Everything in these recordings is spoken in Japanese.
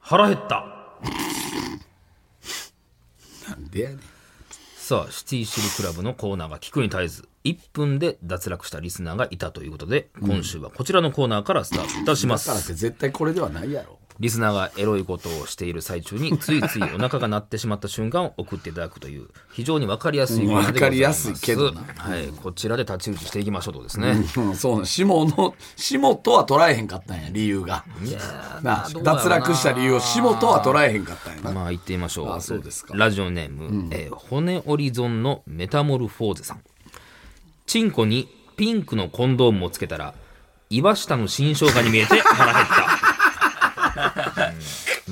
腹減ったなんでやねんさあシティシルクラブのコーナーが聞くに絶えず1分で脱落したリスナーがいたということで今週はこちらのコーナーからスタートいたしまだす、からって絶対これではないやろリスナーがエロいことをしている最中についついお腹が鳴ってしまった瞬間を送っていただくという非常に分かりやすいコーナーでございますうん分かりやすいけどなはい、こちらで太刀打ちしていきましょうとですね、うん、そうなの下の下とは捉えへんかったんや理由がなどうだろうな脱落した理由を下とは捉えへんかったんやな、まあ言ってみましょう。あそうですかラジオネーム、えー骨折り損のメタモルフォーゼさん。チンコにピンクのコンドームをつけたら、岩下の新生姜に見えて 腹減った。うん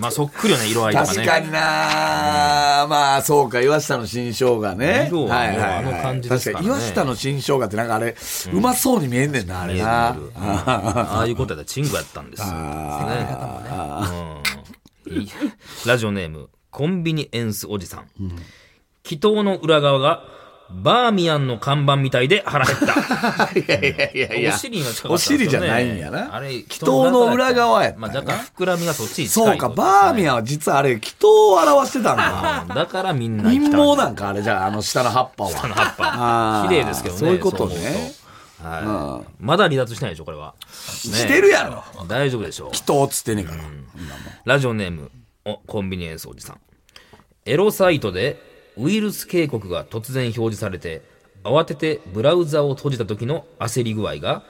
まあそっくりよね、色合いとかね。確かにな、まあそうか岩下の新生姜ね色ははいもうはいあのは感いじで確すかからにね岩下の新生姜ってなんかあれ、うまそうに見えんねんなあれな見える見えるうんああいうことやったらチンコやったんですよ。ですねうんいいラジオネーム、コンビニエンスおじさん。祈祷の裏側が、バーミヤンの看板みたいで腹減った。いやいやいやいやお尻が近かったんおですよね尻じゃないんやなあれ、祈祷の裏側やったんまやあ、な、若干膨らみがそっちに近いそうかバーミン。ヤンは実はあれ祈祷を表してたんだだからみんな陰謀なんだ。かあれじゃああの下の葉っぱあはの葉っぱあ。ー綺麗ですけどね。そういうことねそ思うとはい。まだ離脱してないでしょ、これは。してるやろ大丈夫でしょう。祈祷っつってんねえから、ラジオネーム、お、コンビニエンスおじさん。エロサイトでウイルス警告が突然表示されて、慌ててブラウザを閉じた時の焦り具合が、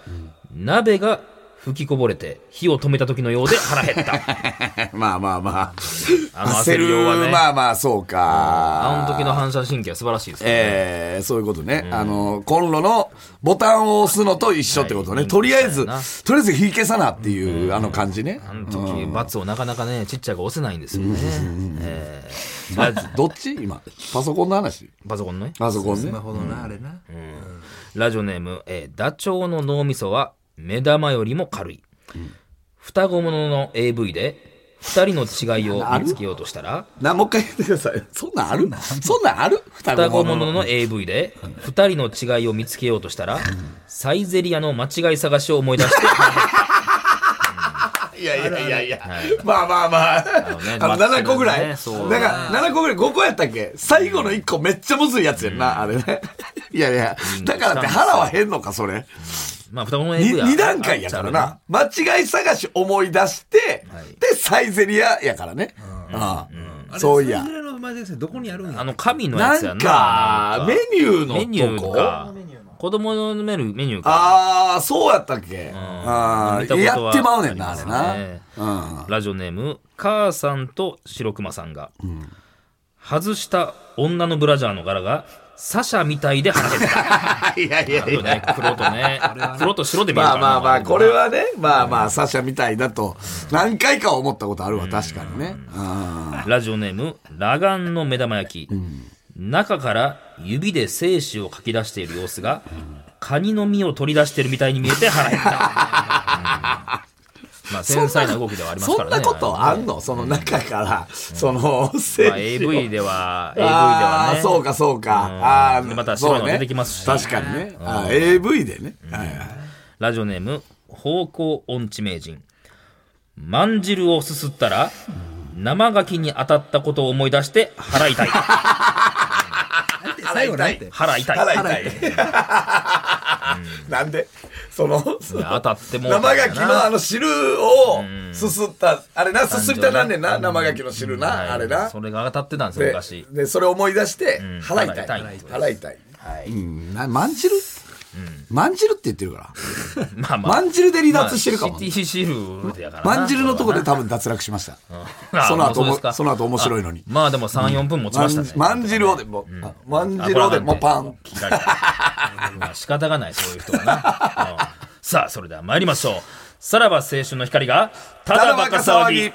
鍋が吹きこぼれて火を止めた時のようで腹減った。まあまあまあ あの焦りようはね焦るまあまあそうかあの時の反射神経は素晴らしいですね。えーそういうことね、あの、コンロのボタンを押すのと一緒ってことはね。いとりあえずそうやな、とりあえず火消さなっていう、あの感じね。あの時、罰をなかなかね、ちっちゃいが押せないんですよね。えー ラジどっち今。パソコンの話。パソコンのね。パソコンね。ほどな、あれな。ラジオネーム、えーダチョウの脳みそは目玉よりも軽い。双子ものの AV で、二人の違いを見つけようとしたら、な、もう一回言ってください。そんなんあるそんなんある双子ものの AV で、二人の違いを見つけようとしたら、サイゼリアの間違い探しを思い出 して、いやいやいやいや。まあまあまあ。あの,、のね7個ぐらい。ねそうねだから、7個ぐらい、5個やったっけ最後の1個めっちゃむずいやつやんな、あれね。 いやいや。だからって腹は減んのか、それ。まあ双子の AV には。二段階やからな。間違い探し思い出して、で、サイゼリアやからね。ああそういやそれ。ぐらいのマジでどこにあるんや。あの、神のやなつやんんか、メニュメニューのとーこか。子供のメニューメニューか。ああ、そうやったっけ。あ見たあ、ことはやってまうねんな、あありれますねな。うん。 ラジオネーム、母さんと白熊さんが、外した女のブラジャーの柄が、サシャみたいで腹減った。いやいやあいるや。 ね、黒とね。黒と白で見えるかまあらまあまあ、これ。なはね、まあまあ、サシャみたいだと、何回か思ったことあるわ、確かにね。うんラジオネーム、裸眼の目玉焼き。中から指で精子をかき出している様子が、カニの身を取り出してるみたいに見えて腹減った。うんまあ、繊細な動きではありますそかんらなね。ことああのねんのその中から、そ の、まあ、精子を AV では、AV ではあね。あそうかそうか。んああでまた白いの出てきますしそうね確かにね。あー AV でね。はいはいラジオネーム、方向音痴名人。まん汁をすすったら、生ガキに当たったことを思い出して、腹 痛い。最後なんて。腹痛い。腹痛い。 なんでその、その当たってもうたん 生やガなキのあの汁をすすった、あれな、すすりたなんねんな、生ガキの汁はな、いあれなそ。れが当たってたんですよ、で昔。で、それを思い出して、腹痛い。腹痛い腹痛い。うん、な、まんじるまんじるって言ってるから。まあままんじるで離脱してるかもまあ。シティシルやからな。まんじるのとこで多分脱落しました。 あその後もううでもすかその後面白いのにあまあでも3、4分持ちましたね。まんじるをでも、あまんじるをでもパン。切られたまあ仕方がない、そういう人がな。うんさあ、それでは参りましょう。さらば青春の光が、たただだババカカ騒騒ぎぎ。。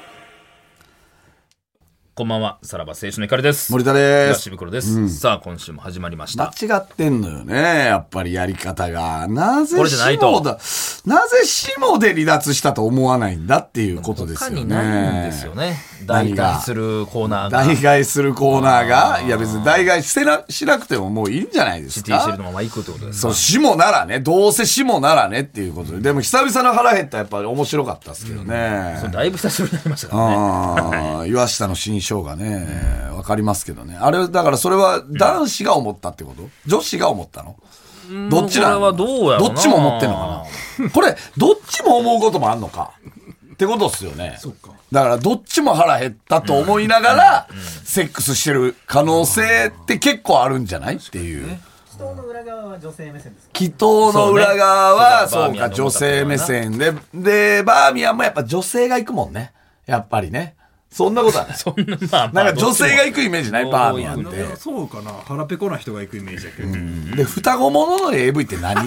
こんばんは、さらば青春の光です。森田で東す。袋です、さあ、今週も始まりました。間違ってんのよね、やっぱりやり方が。なぜこれじゃないと下だなぜ下で離脱したと思わないんだっていうことです他よにね。ないんですよね。代何替がするコーナーが。代替するコーナーが、いや別に代替してなしなくてももういいんじゃないですシティシェルかの。まま行くってことですそかう、下ならね、どうせ下ならねっていうことで。でも久々の腹減ったやっぱり面白かったですけどね。それだいぶ久しぶりになりましたからね。ああ、岩下の新章がね、わかりますけどね。あれ、だからそれは男子が思ったってこと、女子が思ったのどっちなのこれはどうやろうどなっちも思ってんのかなこれ、どっちも思うこともあんのかってことっすよね。だからどっちも腹減ったと思いながら、セックスしてる可能性って結構あるんじゃないっていう。人の裏側は女性目線です祈祷の裏側は、そそうう,、ねか、女性目線で、で、バーミヤンもやっぱ女性が行くもんね。やっぱりね。そんなことはない。そんな、まあまあなんか女性が行くイメージないどっちもバーミヤンって。そうかな腹ペコな人が行くイメージだけど、で、双子ものの AV って何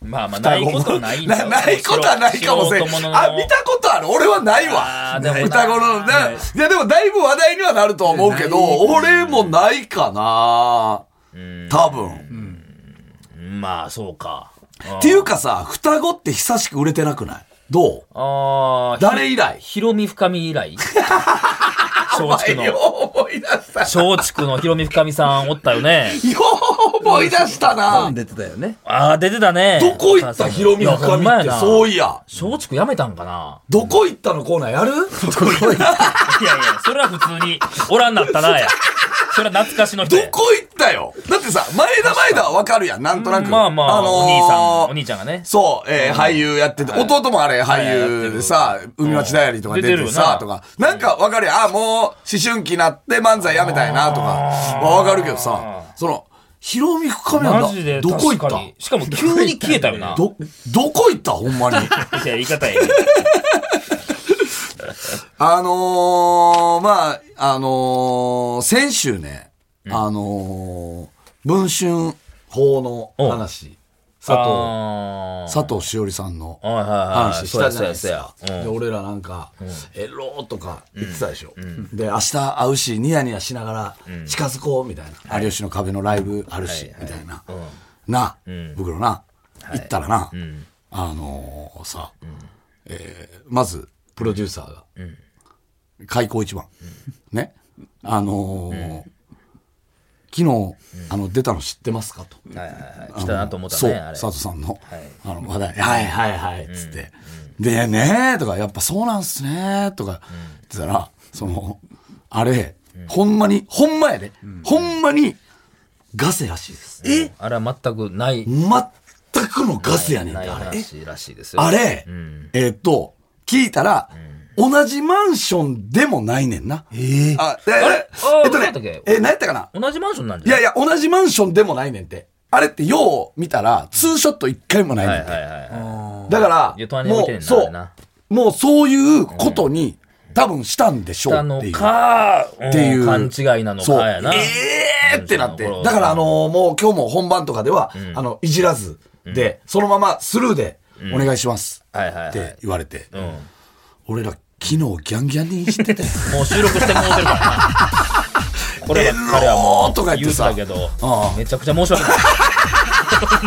まあまあ、ないことはないんだなよないことはないかもしれん。素人のあ、見たことある俺はないわあーでも。な双子の。はないいや、でもだいぶ話題にはなるとは思うけど、俺もないかな多分。まあ、そうか。っていうかさ、双子って久しく売れてなくないどうああ、誰以来ひろみ深み以 来松竹の、よう思い出した。よ松竹のひろみ深みさんおったよ ね。う思い出したな。出てたよねああ、出てたね。どこ行ったヒロミのいやほん神まっやて、なそういや。松竹やめたんかなどこ行ったのコーナーやるどこ行ったいやいや、それは普通に、おらんなったなや。それは懐かしの人どやこ行ったよだってさ、前田前田はわかるやん、なんとなく。まあまあ、のーお兄さん、お兄ちゃんがね。そう、えー俳優やってて、弟もあれ俳優でさ、海町ダイアリーとか出て出ててるよなさ、とか、なんかわかるやん、あ、もう思春期になって漫才やめたいな、とか、まあわかるけどさ、その、ヒロミ深めなマジでんだ。どこ行った確かにしかも急に消えたよな。ど、どこ行ったほんまに。いや、言い方や。あのー、まあ、あのー、先週ね、あのー、文春法の話、佐あ藤、ー佐藤しおりさんのはいはいはい。話したじゃないですかそうやそうやそう。やで、俺らなんか、エローとか言ってたでしょ。で、明日会うし、ニヤニヤしながら、近づこう、みたいな。有吉の壁のライブあるし、みたいな。な、僕らな、行ったらな、あのーさ、えーまず、プロデューサーが、開口一番。ね。あのー、昨日、あの、出たの知ってますかと。はいはいはい。来たなと思ったそうね、あ、れ。佐藤さんの、あの話題、はいはいはい、つって。で、ねーとか、やっぱそうなんすねーとか、言ってたら、その、あれ、ほんまに、ほんまやで、ほんまに、ガセらしいです。えあれは全くない、全くのガセやねんっなて、いあれ。話らしいですよ。あれ、えーっと、聞いたら、同じマンションでもないねんな。ええあ、えあえっとそうだったっけね、え、何やったかな同じマンションなんいじゃやないいや、同じマンションでもないねんて。あれってよう見たら、ツーショット一回もないねんて。はいはいはいはい。だかいやら、隣に置いてんねんもう、なそあれなう、もうそういうことに、多分したんでしょうたっのていう。か、うんっていう勘違いなのかそう。やな。えーってなって。だから、あうん、のーもう今日も本番とかでは、あの、いじらずで、そのままスルーで、お願いします。はいはいはっいて。言われて。うん。俺ら、昨日ギャンギャンにいじってたよ。もう収録してもうてるからな。これは彼はもエローとかう言言っっててさたけどあ、あめちゃくちゃ申し訳ない。ほ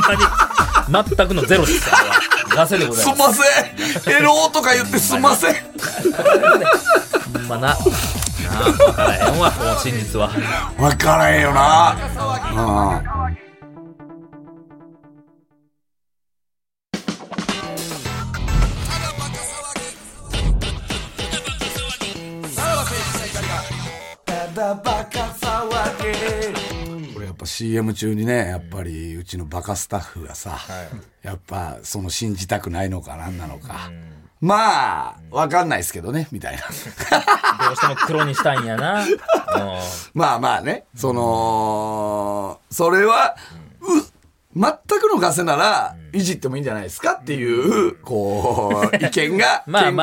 んまに、全くのゼロですから。ガセでございすまんま せんエローとか言ってすんませんす。ほんまな。なあ、わからへんわ、この真実は。わからへんよな。うんこれやっぱ CM 中にねやっぱりうちのバカスタッフがさ、やっぱその信じたくないのか何なのか、まあわかんないですけどねみたいなどうしても黒にしたいんや な。うんまあまあねそのそれはう全くのガセならいじってもいいんじゃないですかっていうこう意見が 見まあまあ、解も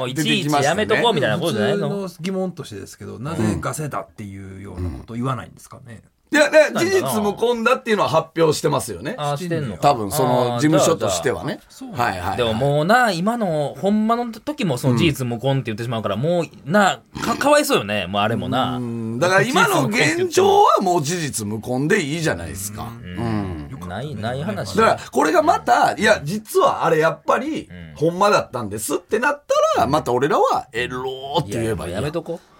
がうい出ちていきちましやためとこうみねたいなこ普とじゃない通のの疑問としてですけどなぜガセだっていうようなこと言わないんですかね、いやだから事実無根だっていうのは発表してますよねああ、してんのか多分そのあー事務所としてじゃあはねそうはいはいはいでももうな、今の、ほんまの時もその事実無根って言ってしまうから、もうな、か、かわいそうよね。もうあれもな。だから今の現状はもう事実無根でいいじゃないですか。うん世よかったないない話だから、これがまた、いや、実はあれやっぱり、ほんまだったんですってなったら、また俺らは、エローって言えばいいややんめとこう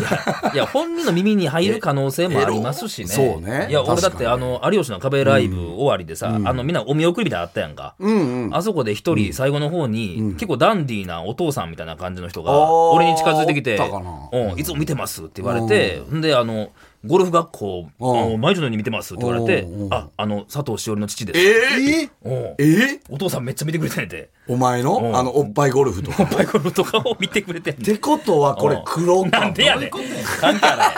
いやいや本人の耳に入る可能性もありますしね。えそうねいや、俺だっ確かて、にあの、有吉の壁ライブ終わりでさ、あの、みんなお見送りみたいなのあったやんか。あそこで一人、最後の方に、結構ダンディーなお父さんみたいな感じの人あが、ー俺に近づいてきて、おったかなうん、いつも見てますって言われて、んで、あの、ゴルフ学校、あの毎日のように見てますって言われてお、あ、あの、佐藤しおりの父です。えうんええお父さんめっちゃ見てくれてんて。お前の、あの、おっぱいゴルフとか。っバイコルとかを見てくれてんねんてことは、これ黒なかん。でやねん。関係あらへん。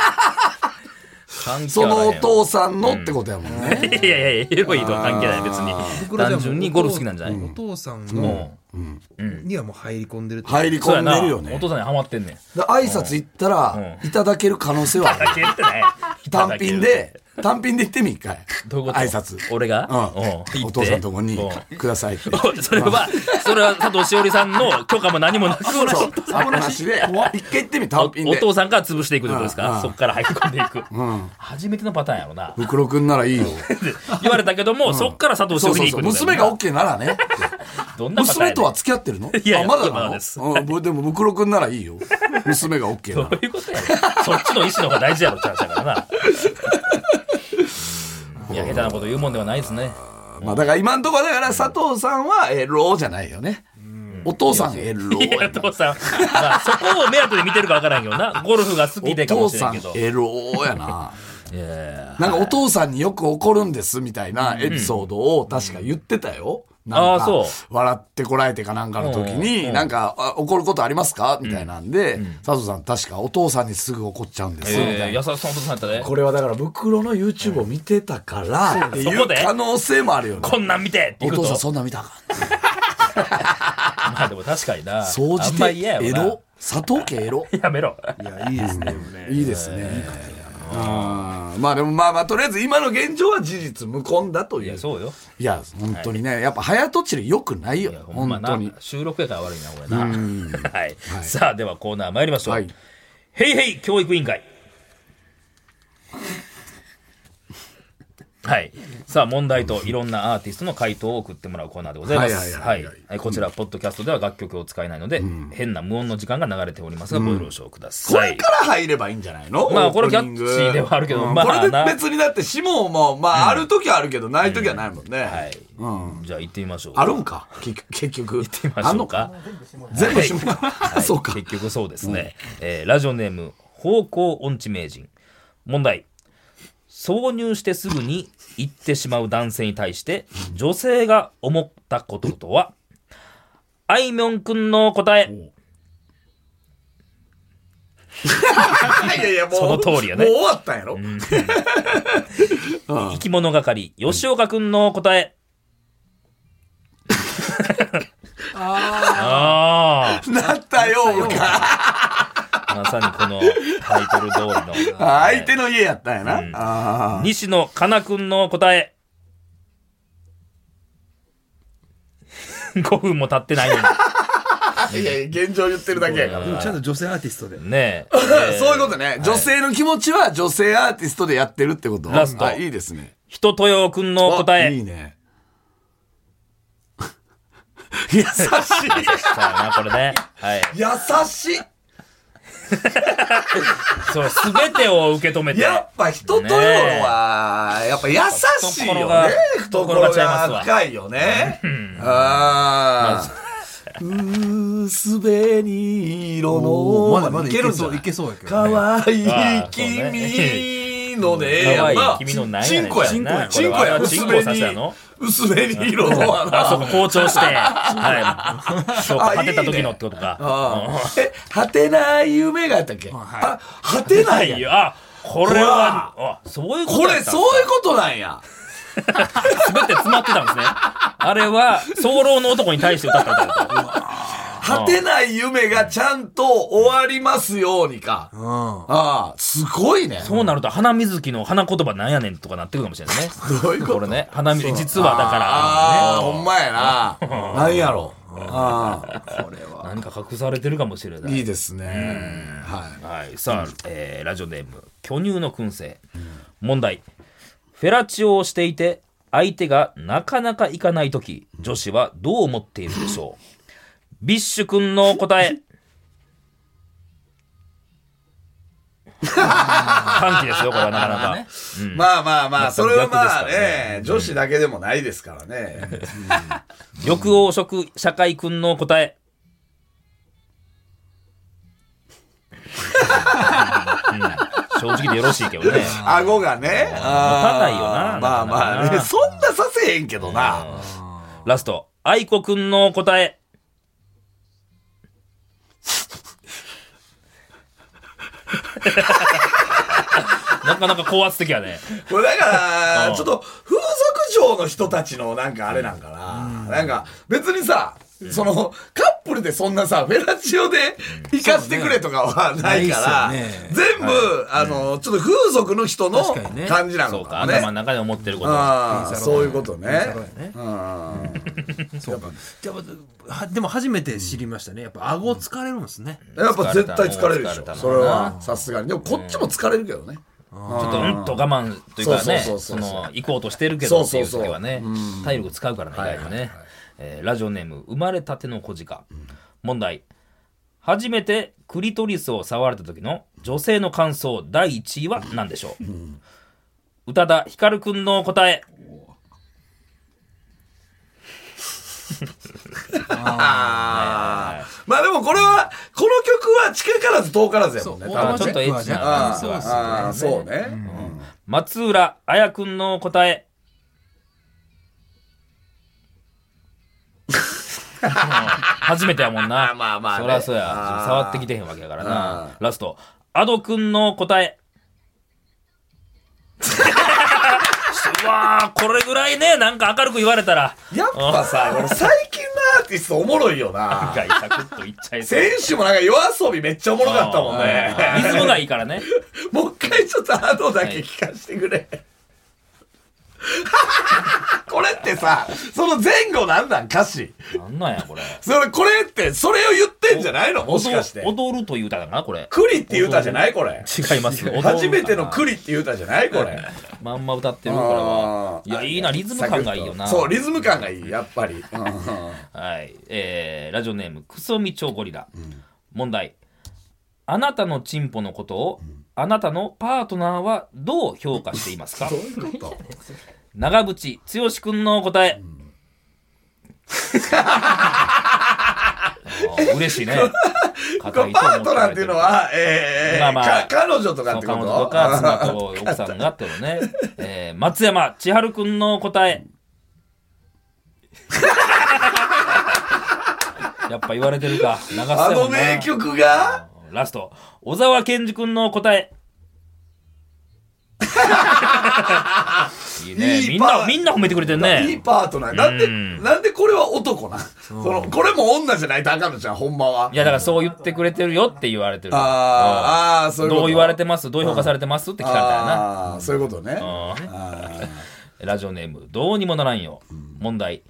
関係そあらへんのお父さんのってことやもんね。いやいやいや、エロいとは関係ない、別に。単純にゴルフ好きなんじゃないおも父さんのにはもう入り込んでるって入りそう込やんな。でるよおね。父さんにハマってんねん。で挨拶行ったら、いただける可能性はある。関係ない。単品で、単品で行ってみ、一回。どういうこと挨拶。俺がう。うんんお父さんのとこに行っ、ください って。てそれは、それは佐藤しおりさんの許可も何もなく、そう、サボなしで、一回行ってみ、単品おで。父さんから潰していくってことですうんうかんそっから入り込んでいく。初めてのパターンやろな。袋くんならいいよ。言われたけども、そっから佐藤しそおうりそうに行そくう。ってこと娘やろなが OK なら ね。どんなパターンやね娘んとは付き合ってるのいやいあやまだまだなですのうんぼでも、袋くんならいいよ。娘が OK などら。ういうことやねんそっちの意思の方が大事やろって話だからな。うんいや、下手なこと言うもんではないですね。まあだから今んとこだから佐藤さんはエローじゃないよね。お父さんエロいや、ー。父さん。まあ、そこを目当てで見てるかわからんけどな。ゴルフが好きおでかも父しれさんけんど。エローやな。いやなんかお父さんによく怒るんですみたいなエピソードを確か言ってたよ。なんあーかそう笑ってこらえてかなんかの時うんうに、んなんかあ怒ることありますかみたいなんで、佐藤さん確かお父さんにすぐ怒っちゃうんですみたえーい優な。しそうなお父さんやったで。これはだから袋の YouTube を見てたからっていそうこで可能性もあるよねこ。んなん見てっておいうこ父とさんそんなん見たらあかん。まあでも確かにな。総じあんまて嫌やエろなロ。佐藤家エロ。やめろ。いやいいですねでもねいいですね。あーまあでもまあまあとりあえず今の現状は事実無根だといいう。や、そうよ。いや、本当にね、やっぱ早とちり良くないよいや、。ほんま本当なに。。収録やから悪いな、これな。 はい。さあ、ではコーナー参りましょう。はいヘイヘイ教育委員会。はい。さあ、問題といろんなアーティストの回答を送ってもらうコーナーでございます。ははいはいはいいはい。はいこちら、ポッドキャストでは楽曲を使えないので、変な無音の時間が流れておりますが、ご了承くだこされい。から入ればいいんじゃないのまあこれオープニングキャッチーではあるけどうんまあこれでな別にだって、シモンも、まあある時はあるけど、ない時はないもんはね。い。じゃあ、行ってみましょう。あるんか結局結局。行ってみまあんしょのうか。全部シモンか。そう か。結局そうですね、えーラジオネーム方向音痴名人問題挿入してすぐに行ってしまう男性に対して女性が思ったこととはあいみょんくんの答えいやいや、もう。その通りやねもう終わったんやろ生き物係吉岡くんの答え、あなったよ、俺があまさにこのタイトル通りの 相手の家やったんやな。あー西野かなくんの答え。5分も経ってないのいやいや、現状言ってるだけやからで。もちゃんと女性アーティストでに。ねあえ。 そういうことね。女性の気持ちは女性アーティストでやってるってことラストあいいですね。ひととよくんの答あいえ。いね。 優しい。そうやな、これね。はい。優しい。そう、すべてを受け止めて。やっぱ人とよは、やっぱ優しいよ懐ね。懐が懐がちゃいますがわ深いよね。ああ。薄紅色の。まだまだいじけゃそうないいけそうやけかどねわいいあーそう君のね、可愛いやっぱ君のなんチやンねんコや。チンコやチンコこれや。は薄チンコ紅させたの薄紅色の穴。あ、そうか、校長して。はい。そうか、あい果いねてた時のってことか。あーえ、 果てない夢がやったっけあ、果て なうんいいや。や、あこれは、あ、そういうことこやれ、ったそういうことなんや。すべて詰まってたんですね。あれは、早漏の男に対して歌ったってこと。果てない夢がちゃんと終わりますようにか。ああ、すごいね。そうなると、花水木の花言葉なんやねんとかなってくるかもしれないね。どういうことこれね、花水、実はだああ、かほんまやな。なんやろ。ああ、ら、何か隠されてるかもしれないい。いですね。はい。はい、さあ、えーラジオネーム、巨乳の燻製。問題。フェラチオをしていて、相手がなかなかいかない時女子はどう思っているでしょうビッシュ君の答え歓喜ですよこれはなかなか、まあまあまあ、それはまあ逆ですからね、女子だけでもないですからね。緑黄色社会君の答えうん正直でよろしいけどね 顎がね。持たないよなまあまあなかなね、かそんなさせへんけどな。ラスト愛子君の答えなかなか高圧的やねこれだかうら、んちょっと風俗嬢の人たちのなんかあれなんかな。なんか別にさ、そのカップルでそんなさ、フェラチオで行かせてくれとかはないから、ないっすよね全部、あの、ちょっと風俗の人の確かにね感じなそのうかかもね頭の。中で思ってることああ、ピンサロそういうことピンサねロや。ねうんそうかやっぱはでも初めて知りましたねやっぱ顎疲れるんですね、やっぱ絶対疲れるで疲しれたょ。なそれは、さすがに。でもこっちも疲れるけどね。ちょっとうんと我慢というかね、そうそそうそうそうの行こうとしてるけどっていうそうそうそう時はね、体力使うからね、意外とね。えーラジオネーム、生まれたての小鹿。問題。初めてクリトリスを触れた時の女性の感想第1位は何でしょう宇多田ヒカルくんの答え。ああ。まあでもこれは、この曲は近からず遠からずやもんね。そう多分あちょっとエッチな感あーじそうですは。あー、そうね。松浦綾くんの答 え。初めてやもんな。 まあまあねそりゃそうや。あー触ってきてへんわけやからあな。ラスト。アドくんの答 え。うわーこれぐらいね、なんか明るく言われたら。やっぱさ、この最近のアーティストおもろいよな。ガイサクッといっちゃいそう選手もなんか夜遊びめっちゃおもろかったもんリズね。ムがいいからね。もう一回ちょっとアドだけ聞かせてくれ。 これってさ、その前後なんなん歌詞。なんなんや、 これ。それ、これって、それを言ってんじゃないのもしかして。踊踊るという歌だな、こ れ。栗っていう歌じゃないこれ。違います。踊るかな初めての栗っていう歌じゃないこれ。まんま歌ってるからあは。ーいや、いいな、リズム感がいいよな。そう、リズム感がいい、やっぱり。はい。えー、ラジオネーム、クソミチョゴリラ。問題。あなたのチンポのことを、あなたのパートナーはどう評価していますかどういうこと長渕剛くんの答え。 あー嬉しいね。 こ硬れと パ思ートナーっていうのは、えーまあまあか彼女とそかっのてこ彼と女とか妻と奥さんがってこと ね。えー、松山千春くんの答え。やっぱ言われてるか。流すあやものんな名曲がラスト。小沢健二くんの答 え。いいね。いいみんパな、ーみんな褒めてくれてるいいね。パートナー。なんで、うんなんでこれは男なんその、これも女じゃないとあかんのじゃん、ほんまは。いや、だからそう言ってくれてるよって言われてる。あーあー、そううんいうこと。どう言われてますどう評価されてますって聞かれたよな。ああー、そういうことね。うんあーラジオネーム、どうにもならんよ。問題。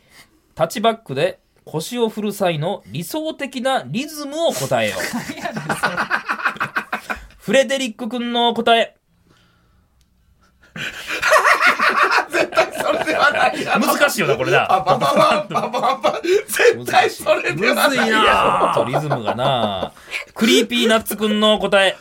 タッチバックで腰を振る際の理想的なリズムを答 えよう。フレデリック君の答え。それではないやろ難しいよな、これな。パパパパパパパパ絶対それではないやろちょっとリズムがな。クリーピーナッツ君の答 え。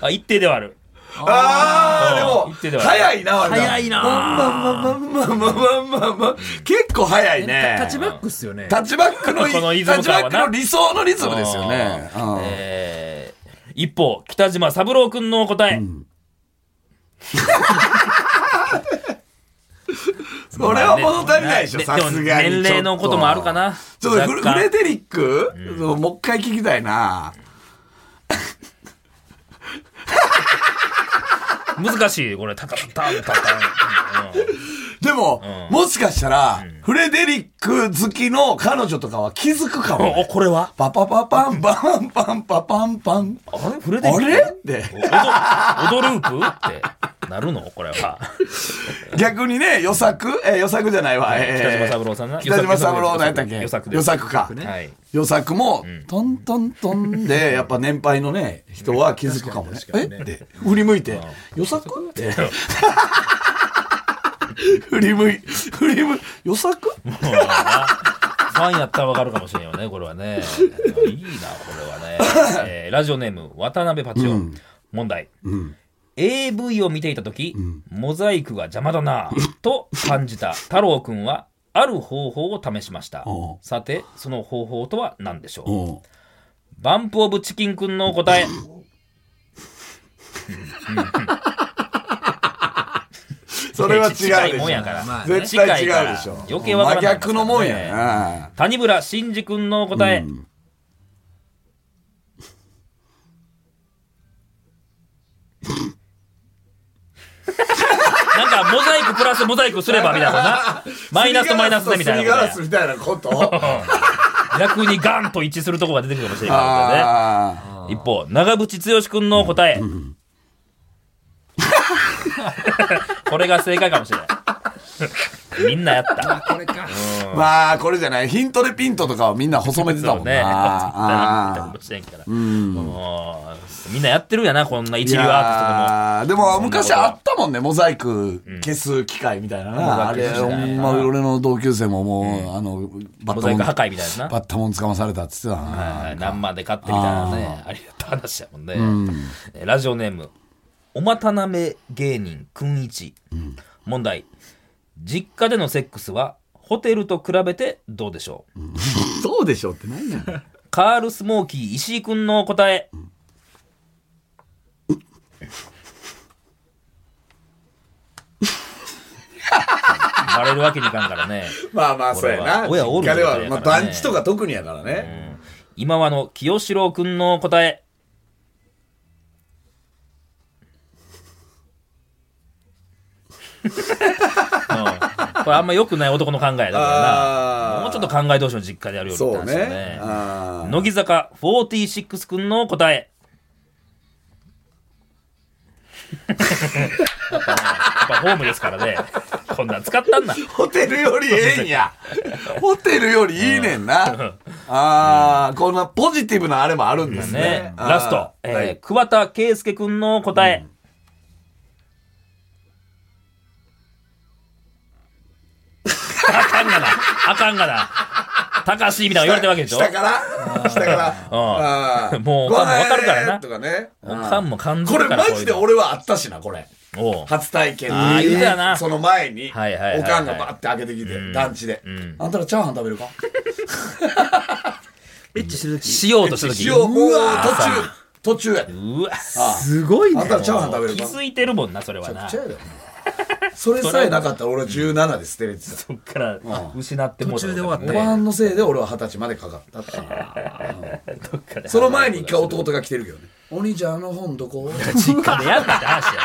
あ、一定ではある。あうんー言ってでたもわ早いな早いななまあまあまあまあまあまあ結構早いねタッチバックっすよねタッチバックのいこのリズタッムチバ感ッはなクの理想のリズムですよねあうんーえー一方、北島三郎君の答え。それは物足りないでしょねさすがにでも年齢のこともあるかなちょっとフレ若干フレデリックもう一回聞きたいな難しいこれタタタタタタ、うんでもも、もしかしたら、フレデリック好きの彼女とかは気づくかもね、 おこれはパパパパンパンパンパパンパン。あれフレデリあックれって。踊踊るープってなるのこれは。逆にね、予作えー、予作じゃないわ。えー北島三郎さんな北島三郎何やったっけ予作予作か。はい。予作も、トントントン で、やっぱ年配のね、人は気づくかもね。えって、振り向いて、予作って。 振り向い、振り向い、予作もうなファンやったらわかるかもしれんよね、これはね。いいな、これはね。えーラジオネーム、渡辺パチオ。問題。AV を見ていたとき、モザイクが邪魔だなぁ、と感じた太郎くんは、ある方法を試しましたおう。さて、その方法とは何でしょううん。バンプオブチキンくんの答え。それは違うでし近いもんやょ。から。まあね絶対違うでしょ。余計わから真ない逆のもんやな。谷村新司くんの答え。なんか、モザイクプラスモザイクすれば、みたいな な。マイナスとマイナスで、みたいすりガなラこスみたいな こと。と。逆にガンと一致するとこが出てくるかもしれないかあらね。一方、長渕剛くんの答え。これが正解かもしれない。みんなやった。これか。ーまあ、これじゃない。ヒントでピントとかはみんな細めてたそもうんね。な。あーかもしれんから。もうみんなやってるやな、こんな一流アーティスいやーでも昔あったもんね、モザイク消す機械みたいなな。モあザイれ、ク消ほしないんま俺の同級生ももう、あの、バトのモザイク破壊みたいなな。バッタモン捕まされたっつってたな。はい何万で買ってみたいなね。ありがた話やもんね。えーラジオネーム、おまたなめ芸人くんいち。問題。実家でのセックスは、ホテルと比べてどうでしょうどうでしょうって何やねん。カールスモーキー石井くんの答え。バレるわけにいかんからね。 まあまあ、そうやな。俺は親おる実家では状態、やまかあ、らね団地とか特にやからね。今はの清志郎くんの答え。うんこれあんま良くない男の考えだからあーな。もうちょっと考え同士の実家でやるよりってそう話だよねね。。あー乃木坂46くんの答 え。やっぱホームですからね。こんなん使ったんな。ホテルよりええ んや。ホテルよりいいねんな。ああ、こんなポジティブなあれもあるんですねね。。ラスト、えー桑田佳祐くんの答え。あかんがな。あかんがな。高橋みたいなの言われてるわけでしょ下から下からあ ーもうごはんわかるからなとかねおかんも感じこるれからマジでこ俺はあったしなこれういうのおう初体験あー言うてたなその前におはいはいはいはいかんがバーって開けてきて団地であんたらチャーハン食べるかエッチしてる時しようとした時 一応うわー途中途中やでうわすごいあんね。たらチャーハン食べる気かづいてるもんなそれはなちゃそうやでそれさえなかったら俺は17で捨てれてたっから失ってもうた途中で終わったご飯のせいで俺は二十歳までかかったっていう どっかでその前に一回弟が来てるけどねお兄ちゃんあの本どこ実家でやったって話や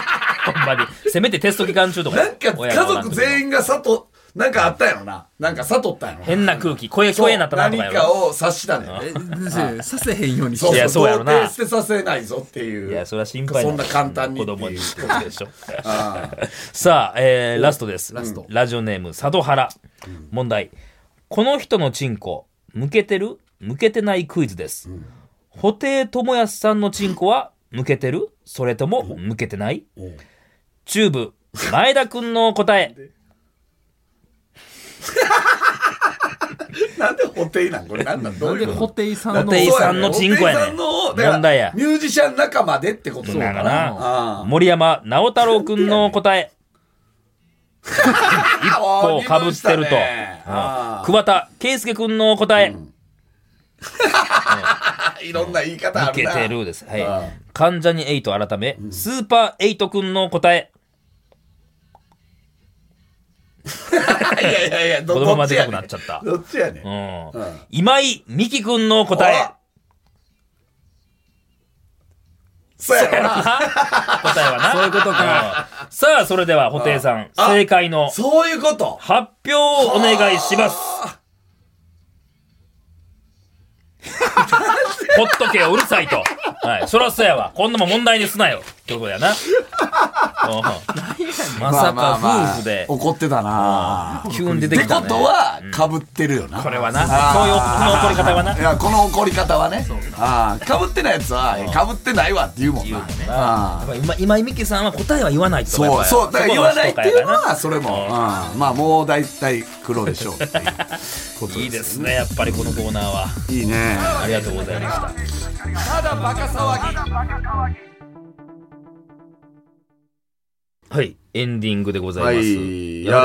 ほんまにせめてテスト期間中とかなんか親が家おらん時族全員が悟、なんかあったんやろな。なんか悟ったんやろな。変な空気声聞こえんなったなとかや何かろを察したんだよね。え先生させへんようにしそういそう、やそうやろな童貞捨てさせないぞっていう。いやそれは心配そんな簡単に子っていう供にってことでしょ さあ、えーラストですラストジオネーム佐渡原、問題この人のチンコ向けてる向けてないクイズです、布袋寅泰さんのチンコは向けてるそれとも向けてないチューブ前田君の答えなんでホテイなんこれなんなんどなうんいでうホことテイさんの布袋さんのチンコやねんホテイさんの、だから問題やミュージシャン仲間でってことだかだな。らあー森山直太朗君の答え一こうかぶってると、うんあ桑田佳祐君の答え、ーいろんな言い方あ受るけな。てるです。はああい。関ジャニエイト改め、スーパーエイトくんの答え。いやいやいや、ど子供までどかっくちなっやねちゃったん。どっちやねん。うんん。今井美樹くんの答え。そうやな。答えは な。そういうことか。さあ、それでは、布袋さん、あ正解のそういうこと。発表をお願いし ます。ほっとけよ、うるさいと。はい、そらそうやわ。こんなもん問題にすなよ。ってことや な。うんまさまあまあまかあ夫婦で、怒ってたな。急に出っててきたね。ことは、かぶってるよな。これはな、そういうこの怒り方はな。いや、この怒り方はね。ああ、かぶってないやつは、かぶってないわって言うもんな。やっぱり今今井美樹さんは答えは言わないとかやっそう、ぱそう、だからそ言こがわないっていうの人柄やは、それも、うんまあ、もう大体黒でしょうっていうこ とないいですねやっぱりこのコーナーはいいね。ありがとうございましたはいエンディングでございますはい。いやー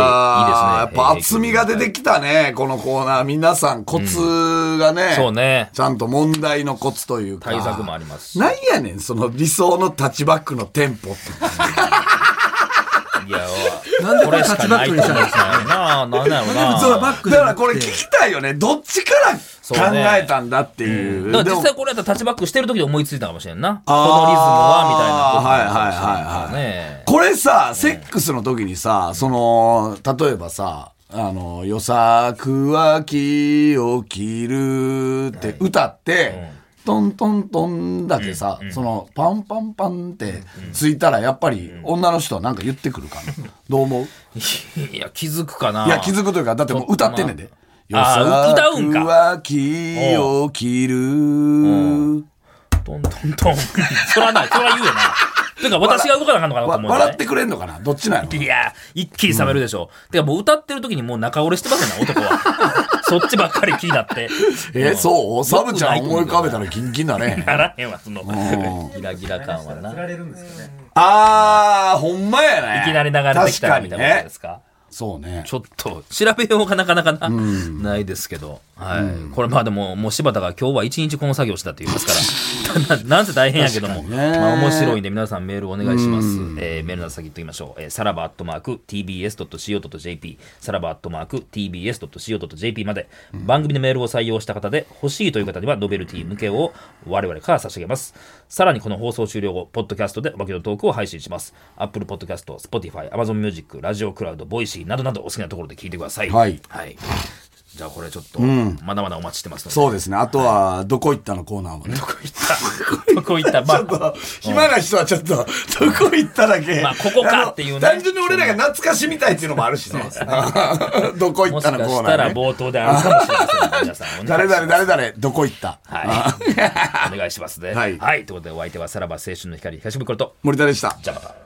やっぱ厚みが出てききたね、このコーナー。皆さん、コツがね、そうねちゃんと問題のコツというか。対策もありますしなんやねん、その理想のタッチバックのテンポって。いやなんでこれしかないと思うんですよタッねなあなんだろう なそうだバックじだゃからなくてこれ聞きたいよね。どっちから考えたんだっていう。だから実で際もこれやったらタッチバックしてる時で思いついたかもしれんなこのあーリズムはみたいなことはいはいはいはいこれさ、セックスの時にさ、その、例えばさ、あの、よさくは木を切るって歌って、トントントンだけさ、その、パンパンパンってついたら、やっぱり女の人はなんか言ってくるかな。どう思ういや気づくかないいや、気づくというか、だってもう歌ってんねんで。まああー歌うんかは木を切る。トントントン。そらな、そら言うよな。てか、私が動かなあかんのかなとわ思う、ね。笑ってくれんのかなどっちなのいやー、一気に冷めるでしょ。てか、もう歌ってる時にもう中折れしてますよな、男 は。そっちばっかり気になって。え、そうサブちゃん思い浮かべたら。らキンキン だね。ならへんわ、その、んギラギラ感はな。釣られるんですかね。あー、ほんまやね。いきなり流れてきたらみたいなこと確かにねですかそうね。ちょっと、調べようがなかなかな、ないですけど。はい。これまあでも、もう柴田が今日は一日この作業したって言いますから、な なんせ大変やけども、確かにねまあ面白いんで皆さんメールお願いします。えーメールの先言っておきましょう。えーさらばアットマーク tbs.co.jp、さらばアットマーク tbs.co.jp まで、番組でメールを採用した方で欲しいという方にはノベルティ向けを我々から差し上げます。さらにこの放送終了後、ポッドキャストでおまけのトークを配信します。Apple Podcast、Spotify、Amazon Music、ラジオクラウド、ボイシーなどなどお好きなところで聞いてください。はいじゃあこれちょっと、まだまだお待ちしてますので。そうですね。あとは、どこ行ったのコーナーもね。ど こ行ったまあ、暇な人はちょっと、どこ行っただけ。まあここかっていうねあの単純に俺らが懐かしみたいっていうのもあるしね。 どこ行もっしかたのコーしナたーらね。冒頭であるかもしれませんので。皆さんお願誰いします々誰々、どこ行ったはい。お願いしますね。はいはい。ということで、お相手はさらば青春の光、東袋と、森田でした。じゃあまた。